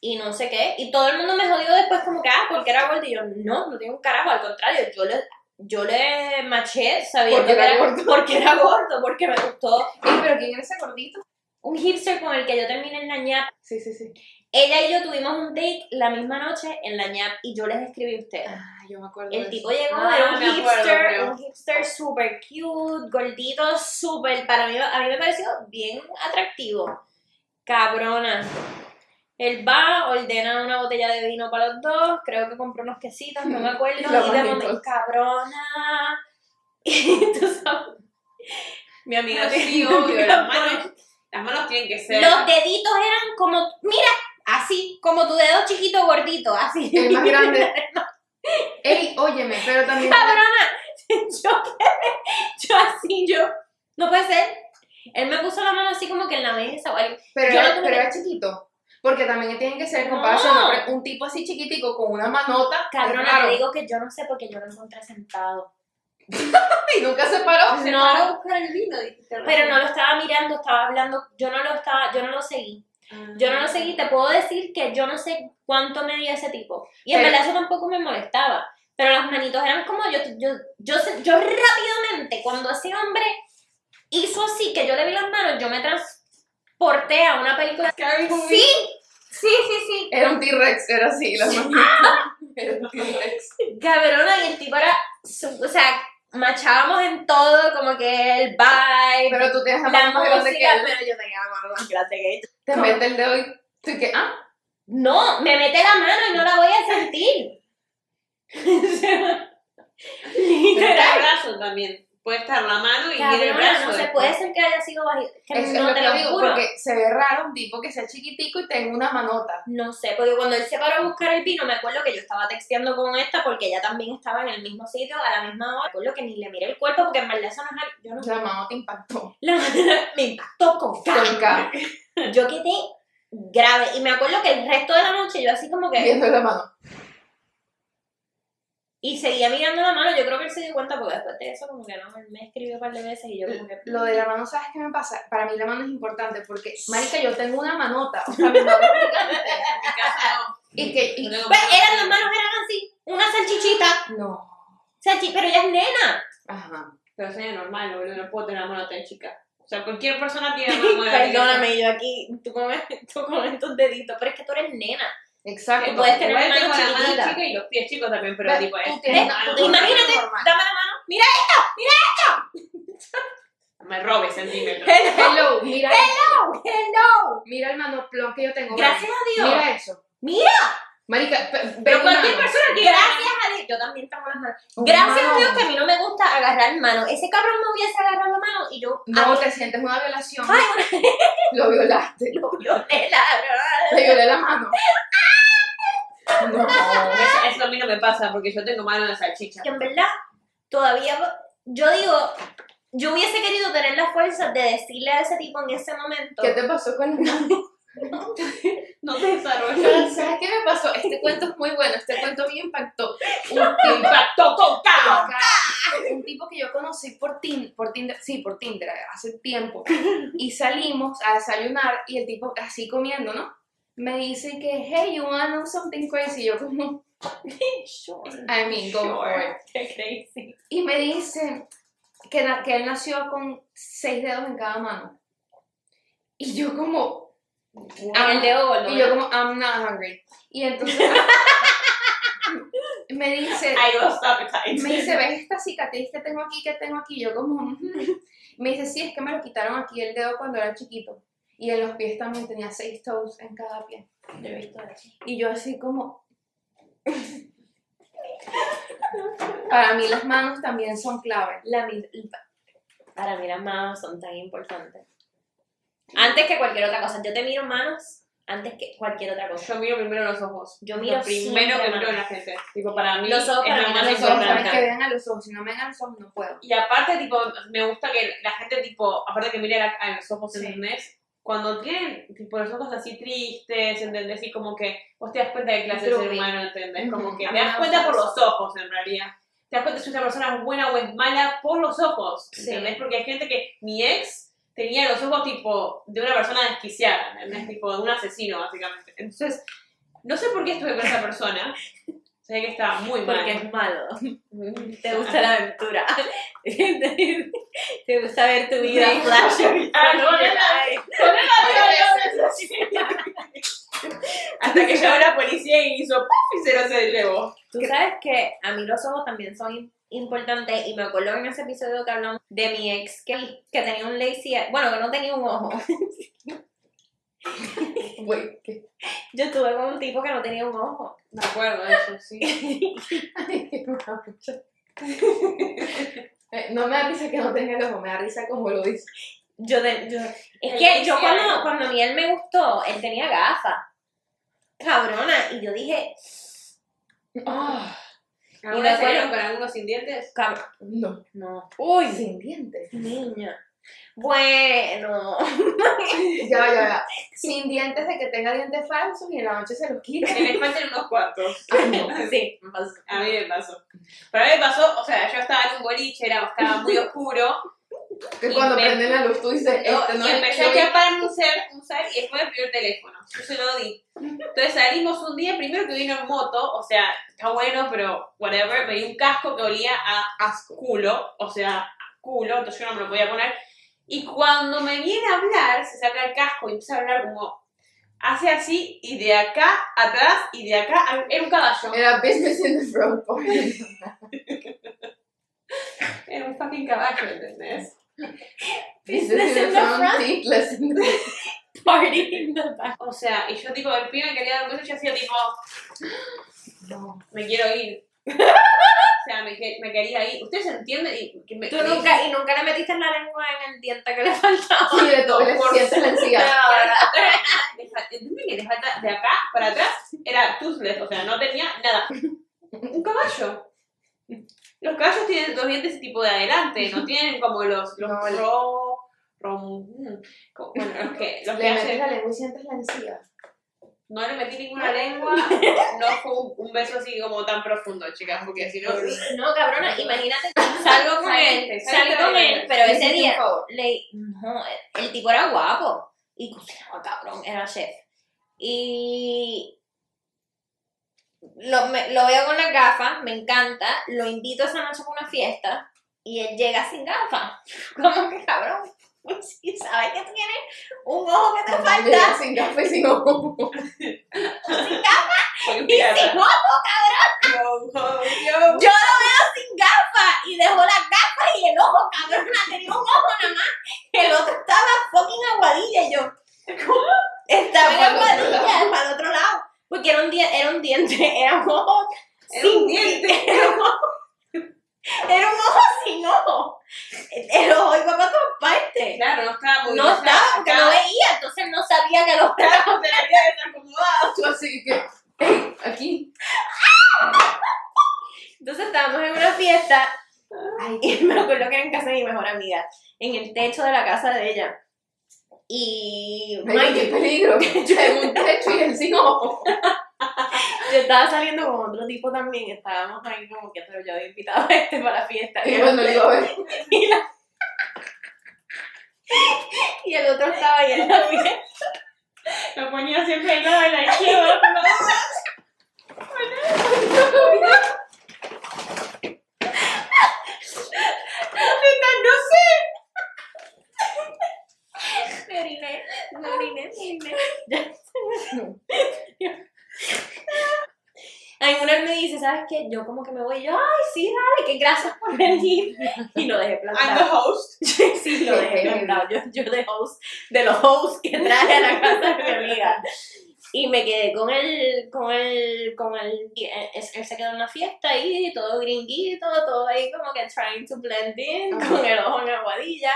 Y no sé qué, y todo el mundo me jodió después como que, ah, porque era gordo, y yo, no, no tiene un carajo, al contrario, yo le, yo le maché sabiendo
Porque
que
era
era
gordo.
porque era gordo, porque me gustó.
Ey, pero ¿quién era ese gordito?
Un hipster con el que yo terminé en la ñapa,
Sí, sí, sí.
ella y yo tuvimos un date la misma noche en la ñap y yo les escribí a ustedes.
Ah, yo me acuerdo.
El
de
tipo
eso.
llegó,
Ah,
era un
me acuerdo,
hipster,
creo.
un hipster super cute, gordito, super, para mí, a mí me pareció bien atractivo. Cabrona. Él va, ordena una botella de vino para los dos, creo que compró unos quesitos,
(laughs)
no me acuerdo,
Y
y
la
de
mandé
momento,
entonces.
cabrona. (laughs) Y tú sabes, mi amiga
Pero sí,
tiene-
obvio, las manos, las manos tienen que ser.
los deditos eran como, mira, así, como tu dedo chiquito gordito, así.
El más (laughs) grande. Ey, óyeme, pero también.
Cabrona, (laughs) yo quedé- yo así, yo, no puede ser. Él me puso la mano así como que en la mesa o algo.
Pero,
Yo
era,
no tuve
pero
que-
era chiquito. Porque también tienen que ser comparados
No.
un tipo así chiquitico con una manota.
Cabrona,
Claro.
te digo que yo no sé porque yo lo encontré sentado.
Y nunca se paró.
Se
no.
paró a buscar el vino, dijiste,
Pero no lo estaba mirando, estaba hablando, yo no lo estaba, yo no lo seguí. Yo
Ah.
no lo seguí, te puedo decir que yo no sé cuánto medía ese tipo. Y en
Pero-
verdad eso tampoco me molestaba. Pero las manitos eran como yo, yo, yo, sé- yo rápidamente, cuando ese hombre hizo así, que yo le vi las manos, yo me transporté a una película.
Scary movie.
Sí, sí, sí, sí.
Era un T-Rex, era así. La
(laughs)
era un T-Rex.
Cabrona, y el tipo era, su- o sea, machábamos en todo, como que el vibe,
Pero tú tienes la
la
mano más grande que
música,
él.
pero yo tenía la mano más grande que ella.
Te
No.
mete el dedo y tú que, ah,
No, me mete la mano y no la voy a sentir. O sea,
Pero
Literal.
está el brazo también. Puede estar la mano y viene el
Cabrona,
brazo.
no se
después.
puede ser que haya sido bajito. que
es, es
no
lo
te
que
lo
digo,
juro.
porque se ve raro un tipo que sea chiquitico y tenga una manota.
No sé, porque cuando él se paró a buscar el vino, me acuerdo que yo estaba texteando con esta porque ella también estaba en el mismo sitio a la misma hora. Me acuerdo que ni le miré el cuerpo porque en verdad eso no es algo- Yo no (laughs)
La manota impactó.
La manera me impactó con
Con
cara.
K,
Yo quedé grave. Y me acuerdo que el resto de la noche yo así como que.
viendo la mano.
Y seguía mirando la mano. Yo creo que él se dio cuenta porque después de eso como que no él me escribió un par de veces y yo como que.
Lo de la mano, ¿sabes qué me pasa? Para mí la mano es importante porque, marica, yo tengo una manota. O sea, mi mano es
(laughs)
gigante.
En mi casa no.
Y que, y-
Yo tengo
Pues eran
manos-
las manos, eran así. Una salchichita.
no.
Salchi, pero ella es nena.
Ajá.
Pero eso ya es normal, boludo. No puedo tener la mano tan chica. O sea, cualquier persona tiene la
(laughs)
mano
Perdóname, yo aquí, tú con, (laughs) tú con estos deditos, pero es que tú eres nena.
Exacto.
Tú puedes tener
Igual
manos
tengo la mano
chiquititas.
chica y los pies chicos también, pero
Ve,
tipo
tú
es.
tienes-
es algo
tú-
Imagínate,
normal.
dame la mano. Mira
Me robe
(laughs)
centímetros.
Hello, mira,
esto.
Oh,
Hello.
mira el manoplón que yo tengo.
Gracias a Dios.
Mira eso.
Mira.
Marica, pe- ve
Pero
mi
cualquier
mano.
persona tiene.
Gracias a Dios. Yo también tengo las manos.
Con
Gracias
mano.
a Dios que a mí no me gusta agarrar mano. Ese cabrón me hubiese agarrado la mano y yo. a
No,
mí-
te sientes una violación.
Ay,
(laughs) Lo violaste.
lo violé, la
Le violé la mano. No.
Eso, eso a mí no me pasa porque yo tengo mano de salchicha.
Que en verdad, todavía. Yo digo, yo hubiese querido tener la fuerza de decirle a ese tipo en ese momento.
¿Qué te pasó con el (laughs)
No te desarrollas.
¿Sabes qué me pasó? Este cuento es muy bueno. Este cuento me impactó. (laughs) Un
Te
tipo,
impactó con
Ah.
(laughs)
cara.
un tipo que yo conocí por, Tin- por Tinder, sí, por Tinder, hace tiempo. Y salimos a desayunar y el tipo así comiendo, ¿no? Me dice que, hey, you wanna know something crazy? Y yo como,
Sure,
I mean, go for it.
sure. Qué crazy.
Y me dice que, na- que él nació con seis dedos en cada mano. Y yo como...
En el dedo gordo.
Y yo como, I'm not hungry. Y entonces... me dice...
I lost appetite.
Me dice, ¿ves esta cicatriz que tengo aquí, que tengo aquí? Yo como... "Ujú". Me dice, sí, es que me lo quitaron aquí el dedo cuando era chiquito. Y en los pies también tenía seis toes en cada pie.
Yo he visto eso.
Y yo así como... (laughs) Para mí las manos también son clave.
La mi- para mí las manos son tan importantes. Antes que cualquier otra cosa. Yo te miro manos antes que cualquier otra cosa.
Yo miro primero los ojos.
Yo miro
lo primero
siempre
que miro en la
manos.
gente. Tipo, para mí
Los ojos
es
para
la
mí no
mano
Solo
son
importante.
sabes que vean a los ojos. Si no me vean a los ojos, no puedo.
Y aparte, tipo, me gusta que la gente, tipo, aparte que mire la- a los ojos,
Sí.
¿entendés? Cuando tienen, tipo, los ojos así tristes, ¿entendés? Y como que vos te das cuenta de clase de ser
Droopy.
humano, ¿entendés? Como
Ujú.
que
A
te
mí me
das cuenta
gustan
por
los
los ojos, en realidad. Te das cuenta si una persona es buena o es mala por los ojos,
Sí.
¿entendés? Porque hay gente que, mi ex, tenía los ojos, tipo, de una persona desquiciada, ¿entendés? Tipo, de un asesino, básicamente. Entonces, no sé por qué estuve con esa (laughs) persona. Sé que estaba muy mal.
Porque es malo. (laughs) Te gusta la aventura. (laughs) Te gusta ver tu vida
Sí.
flash.
(laughs) Ah, no, no, Hasta que llegó la policía y hizo puff y se lo se llevó.
Tú sabes que a mí los ojos también son im- importantes y me acuerdo en ese episodio que hablamos de mi ex que, que tenía un lazy eye. Bueno, que no tenía un ojo. (laughs)
(laughs) Güey, qué-
Yo estuve con un tipo que no tenía un ojo.
Me acuerdo de eso, sí. (laughs)
Ay, qué maravilla. Eh, No me da risa que no tenga el ojo, me da risa como lo dice.
Yo, de- yo- es
El
que yo
lazy
cuando,
eye.
cuando a mí él me gustó, él tenía gafas. Cabrona. Y yo dije,
Ah,
¿Alguna
me acuerdo-
salieron con algunos sin dientes?
cabrón.
no.
No,
Uy, sin dientes.
niña. Bueno.
Ya, va, ya, va. (laughs) Sin dientes de que tenga dientes falsos y en la noche se los quita.
Que (laughs) me faltan unos cuantos.
Ay, no.
(laughs) Sí, me pasó.
A mí me pasó. Pero a mí me pasó, o sea, yo estaba en un boliche, era, estaba muy oscuro.
Que
Y
cuando
me-
prenden la luz tú dices, (laughs) este no
y
es
empecé a chapar un ser, un ser, y después me pidió el teléfono. Yo se lo di. Entonces salimos un día, primero que vino en moto, o sea, está bueno, pero whatever. Me di un casco que olía a, a culo, o sea, a culo, entonces yo no me lo podía poner. Y cuando me viene a hablar, se saca el casco y empieza a hablar como, hace así, y de acá atrás, y de acá, a- era un caballo.
Era business in the front porch.
Era un fucking caballo, ¿entendés?
(laughs)
(laughs)
Business in the front, teethless in (laughs) the
Party in the back.
O sea, y yo tipo, el pibe me quería dar un beso y yo hacía tipo, me quiero ir. o sea, me, que- me quería ir. ¿Ustedes entienden? Y, que me-
Tú
me- (laughs)
nunca, y nunca le metiste la lengua en el diente que le faltaba.
Y de todo le sientes la encía.
Le fal- Dime que le falta de acá para atrás era toothless, o sea, no tenía nada. Un caballo. Los caballos tienen dos dientes tipo de adelante, no tienen como los, los
No, el-
ro- rom- mm, como- bueno, los que, los que
Le metes
hacen,
la lengua y sientes la encía.
no le metí ninguna lengua, no fue un, un beso así como tan profundo, chicas, porque si no,
No, cabrona, imagínate, (laughs) salgo con él,
Saliste, saliste
salgo con
de
él,
él.
pero
Le
ese
hiciste un
día
favor.
le, no, el tipo era guapo y cocinaba cabrón, era chef. Y lo, me- lo veo con las gafas, me encanta, lo invito esa noche a una fiesta y él llega sin gafas. (laughs) Como que cabrón, (laughs) si sabes que tienes un ojo que te
Le
falta,
das sin café y sin ojo.
fue un
y sin
pirata.
ojo,
Yo, yo, yo.
Yo lo veo sin gafas y dejó las gafas y el ojo, cabrona, tenía un ojo nada más. El otro estaba fucking aguadilla y yo. ¿Cómo? Estaba en
Para el otro
aguadilla para el otro lado. Porque era un, di- era un diente, (laughs) era un ojo.
Era un diente.
Era un ojo, era un ojo sin ojo. El, el ojo iba para todas partes.
Claro, no estaba muy
No estaba, porque no veía, entonces no sabía que el ojo era. "Ah".
Claro, te la había desacomodado.
Tú así que, hey, aquí.
Entonces estábamos en una fiesta. ay, (laughs) y me acuerdo que era en casa de mi mejor amiga, en el techo de la casa de ella. Y
Ay, qué peligro. En un techo y el sin (laughs) ojo.
yo estaba saliendo con otro tipo también, estábamos ahí como que, pero yo había invitado a este para la fiesta.
Y cuando le digo, a ver,
y, la- (laughs) y el otro estaba ahí en la fiesta.
Me ponía siempre al lado de la izquierda. al lado de la-
(laughs) Neta, no sé. (laughs) Me oriné, me oriné, me oriné. Ya se me- Ay, una vez me dice, ¿sabes qué? Yo como que me voy, y yo, ay, sí, dale, que gracias por venir. Y lo dejé
I'm the
plantado.
host.
(laughs) Sí, lo dejé plantado. Yo, yo de host, de los hosts que traje a la casa de mi amiga. Y me quedé con el, con el, con el, y él, él se quedó en una fiesta ahí, todo gringuito, todo ahí como que trying to blend in,
Ajá.
con el ojo en aguadilla.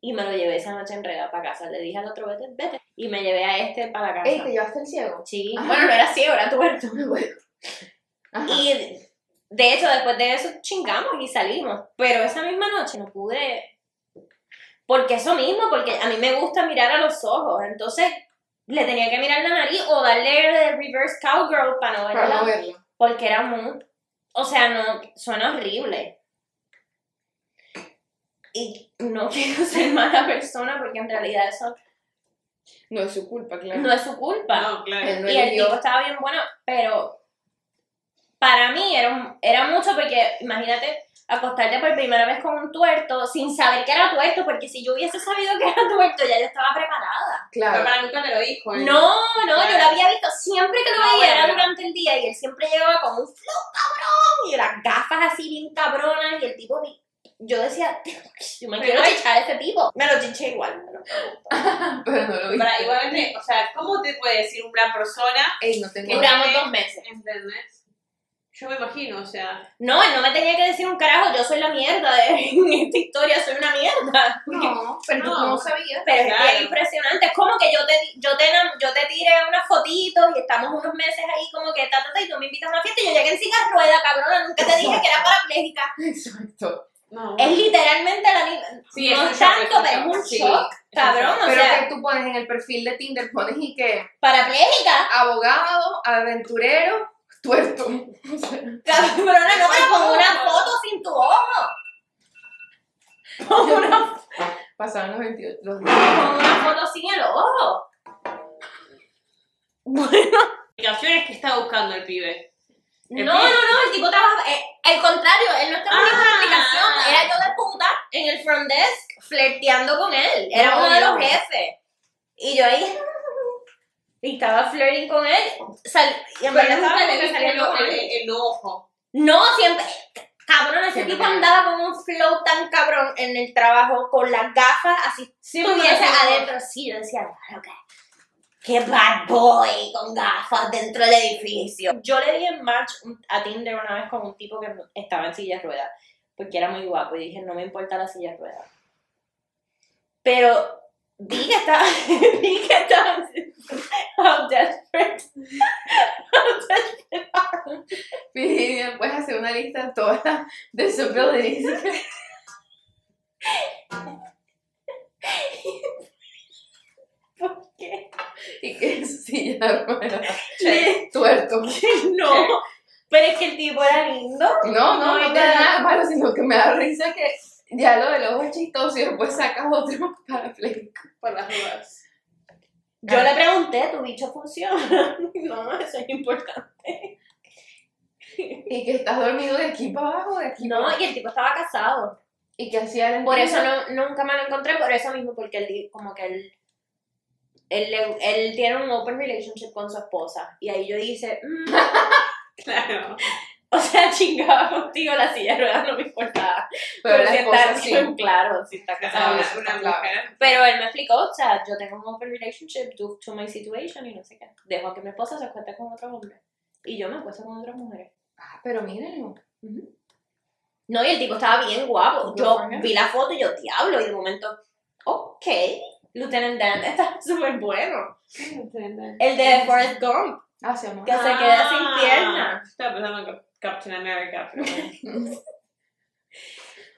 Y me lo llevé esa noche enredada para casa. Le dije al otro, vete, vete. Y me llevé a este para casa.
Ey, te llevaste el ciego.
Sí,
Ajá.
bueno, no era ciego, era tuerto. (laughs)
Ajá.
Y de hecho, después de eso chingamos y salimos. Pero esa misma noche no pude. Porque eso mismo, porque a mí me gusta mirar a los ojos. Entonces le tenía que mirar la nariz o darle reverse cowgirl para no
Para no
verla.
verlo.
Porque era muy. O sea, no. Suena horrible. Y no (laughs) quiero ser mala persona porque en realidad eso
No es su culpa, claro.
no es su culpa.
No, claro.
Él no
Y el
eligió.
tipo estaba bien bueno, pero para mí era, un- era mucho porque imagínate acostarte por primera vez con un tuerto sin saber que era tuerto, porque si yo hubiese sabido que era tuerto ya yo estaba preparada.
Pero
Claro.
para nunca te lo dijo. ¿eh?
No, no, yo lo había visto siempre que lo
No,
veía
bueno,
era
pero-
durante el día y él siempre llegaba con un flow cabrón y las gafas así bien cabronas y el tipo, vi- yo decía, yo me
Pero
quiero
hay-
chichar a este tipo. Me lo chiché igual, pero no me gustó.
Pero no lo vi.
Para- igualmente, o sea, ¿cómo te puede decir una persona,
Ey, no tengo.
Mira.
Duramos dos meses.
entendés? Yo me imagino, o sea,
No, él no me tenía que decir un carajo, yo soy la mierda de- (laughs) en esta historia, soy una mierda.
No, pero tú
No.
no sabías.
Pero es
Claro.
bien impresionante, es como que yo te, di- yo te, enam- yo te tiré unas fotitos y estamos unos meses ahí como que ta, ta, ta, y tú me invitas a una fiesta y yo llegué en silla de rueda, cabrona, nunca te dije que era parapléjica.
(laughs) Exacto.
no.
Es literalmente la misma,
Sí, es
no
un shock,
tanto,
es un
pero es un
shock, sí.
shock, cabrón, o
Pero
sea,
que tú pones en el perfil de Tinder, pones y que
parapléjica, (laughs)
abogado, aventurero, tuerto. (laughs) O sea,
cabrona, no, pero con una foto sin tu ojo, con (laughs) una,
(laughs) Pasaron los 28. Los...
con una foto sin el ojo.
Aplicaciones que está buscando el pibe.
No, no, no, el tipo trabaja. eh, al contrario, él no estaba en una
Ah.
aplicación. Era yo de puta en el front desk flirteando con él. Era
No,
uno de
no.
los jefes. Y yo ahí. Y estaba flirting con él. Sal- y en
Pero
verdad
nunca
estaba
le
como que
viste el,
saliendo con
el,
él.
el ojo.
No, siempre. Cabrón, ese
Siempre
tipo
con él.
andaba con un flow tan cabrón en el trabajo, con las gafas, así
Siempre me
estuviese
decía,
adentro. Sí, yo decía, "Claro que- Qué bad boy con gafas dentro del edificio. Yo le di en match un- a Tinder una vez con un tipo que estaba en silla de ruedas, porque era muy guapo, y dije, no me importa la silla de ruedas. Pero vi que estaba, (laughs) vi que estaba, how desperate, how desperate.
Pidiendo, Puedes hacer una lista de todas las disabilities.
¿Por qué?
Y que sí, ya rueda.
(laughs) Le-
Tuerto.
No, pero es que el tipo era lindo.
No, no,
No,
no
y
te
te-
da nada malo, sino que me da risa que ya lo del ojo es chistoso y después sacas otro (laughs) para play.
Por las dudas.
Yo le pregunté, ¿tu bicho funciona? (laughs) No, eso es importante.
Y que estás dormido de aquí para abajo, de aquí para abajo.
No, y el tipo estaba casado.
Y que hacía el
Por eso no, nunca me lo encontré, por eso mismo, porque él di- como que él, él, le- él tiene un open relationship con su esposa. Y ahí yo hice, mm, (laughs)
Claro.
o sea, chingaba contigo la silla de ruedas, no me importaba.
Pero las
si está-
cosas sí.
claro, si está
Casado,
casado.
una, una
claro.
mujer.
Pero él me explicó, o sea, yo tengo un open relationship due to my situation y no sé qué. Dejo a que mi esposa se acueste con otro hombre. Y yo me acuesto con otras mujeres.
Ah, pero mírenlo.
No, y el tipo estaba bien guapo.
Good
Yo
for him.
vi la foto y yo, diablo, y de momento, ok, Lieutenant Dan está (laughs) súper bueno. El de Forrest Gump,
Ah, se llama.
que se queda sin
Ah.
pierna.
Estaba pensando en Cap- Captain America,
(laughs)
pero bueno.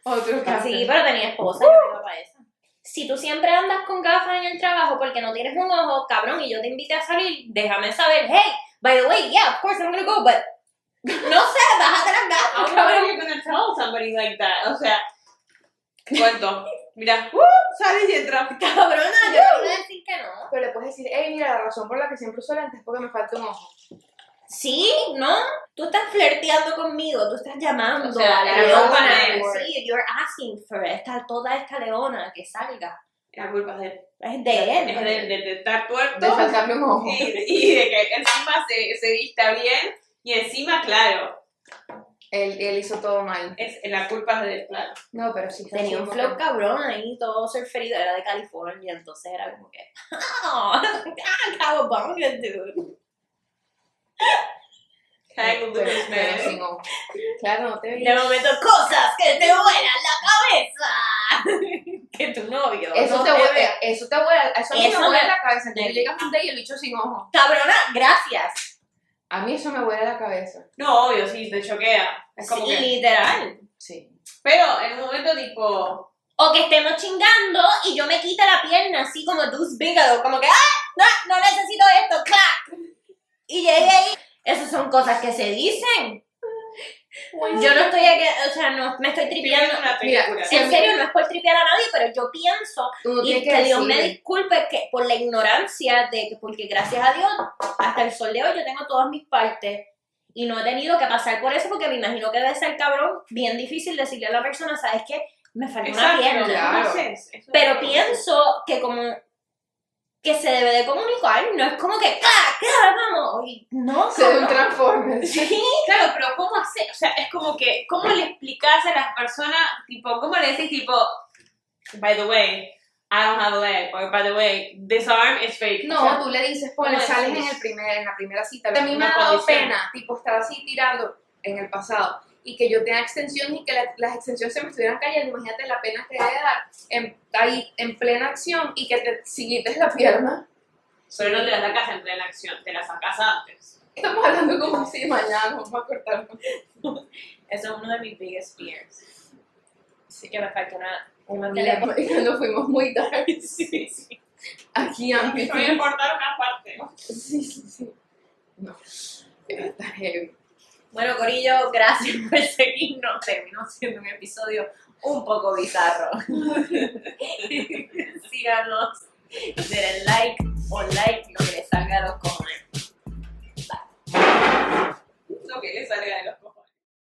Otro caso.
Sí, pero tenía esposa, yo no iba para esa. Si tú siempre andas con gafas en el trabajo porque no tienes un ojo, cabrón, y yo te invité a salir, déjame saber, hey, by the way, yeah, of course I'm gonna go, but no sé, bájate las
How
gafas,
are
cabrón.
you gonna tell somebody like that? O sea, cuento.
(laughs)
Mira, ¡uh! Sales y entras.
Cabrona, yo no voy a decir que no.
Pero le puedes decir, hey, mira, la razón por la que siempre uso lentes es porque me falta un ojo.
Sí, no, tú estás flirteando conmigo, tú estás llamando
O sea,
a la
la
leona.
leona es-
Sí, you're asking for esta, toda esta leona que salga.
La culpa es de él.
Es de
Es de,
él.
de, de estar tuerto.
De faltarme un ojo.
Y, y de que encima se, se vista bien y encima, claro,
Él, él hizo todo mal.
Es la culpa de él, claro.
No, pero sí. está
Tenía un
haciendo
flow
mal.
cabrón ahí, todo surferito, era de California, entonces era como que, (laughs) ¡ah! ¡Cowabunga, dude!
Kyle
Pero-
Lewis,
pero
man.
sin ojo. Claro, no te
De
veía.
momento, cosas que te vuelan la cabeza. (laughs) que tu novio.
Eso,
no
te
ve.
vuela, eso te vuela, eso a mí
Eso
me vuela
me-
la cabeza. Que
me-
tú llegas un día y el bicho sin ojo.
Cabrona, gracias.
A mí eso me vuela la cabeza.
No, obvio, sí, te choquea. Es
Sí,
como que-
literal.
Sí.
Pero en un momento, tipo,
O que estemos chingando y yo me quita la pierna, así como Deuce Bigalow, como que, ¡ah! No, no necesito esto, clac. Y llegué ahí. Esas son cosas que se dicen. Yo no estoy aquí, o sea, no me estoy
viendo
tripeando.
una
Mira,
película.
sí.
En serio, no es por tripear a nadie, pero yo pienso
Uno
Y
tiene
que Dios me
decirle.
disculpe que por la ignorancia de que, porque gracias a Dios, hasta el sol de hoy yo tengo todas mis partes. Y no he tenido que pasar por eso porque me imagino que debe ser cabrón, bien difícil decirle a la persona, ¿sabes qué? Me falta una
Exacto,
pierna.
claro.
¿cómo haces? Eso-
Pero pienso que como que se debe de comunicar, no es como que, ¡ah, qué vamos! Y no,
Se ve un
cabrón.
transforme.
(laughs) Sí,
Claro, pero ¿cómo hacer? O sea, es como que, ¿cómo le explicas a las personas, tipo, cómo le decís, tipo, by the way, I don't have a leg, or by the way, this arm is fake?
No,
O sea,
tú le dices, ponle
¿cómo
sales en,
decís?
el primer, en la primera cita. A mí me
Una
ha dado
condición.
pena, tipo, estar así tirando en el pasado y que yo tenga extensiones y que la- las extensiones se me estuvieran cayendo. Imagínate la pena que debe dar en, ahí en plena acción y que te siguientes la pierna.
Pero no te las sacas en plena acción, te las sacas antes.
Estamos hablando como si mañana nos vamos a cortar.
Eso es uno de mis biggest fears. Así que me falta una... una
Mira, Nos fuimos muy (laughs) tarde.
Sí, sí.
Aquí,
Me
Ampi.
voy a cortar una parte.
Sí, sí, sí. No. Está heavy.
Bueno, Corillo, gracias (laughs) por seguirnos. Terminó siendo un episodio un poco bizarro. Síganos, denle like o like lo que les salga a los cojones.
Lo que le salga de los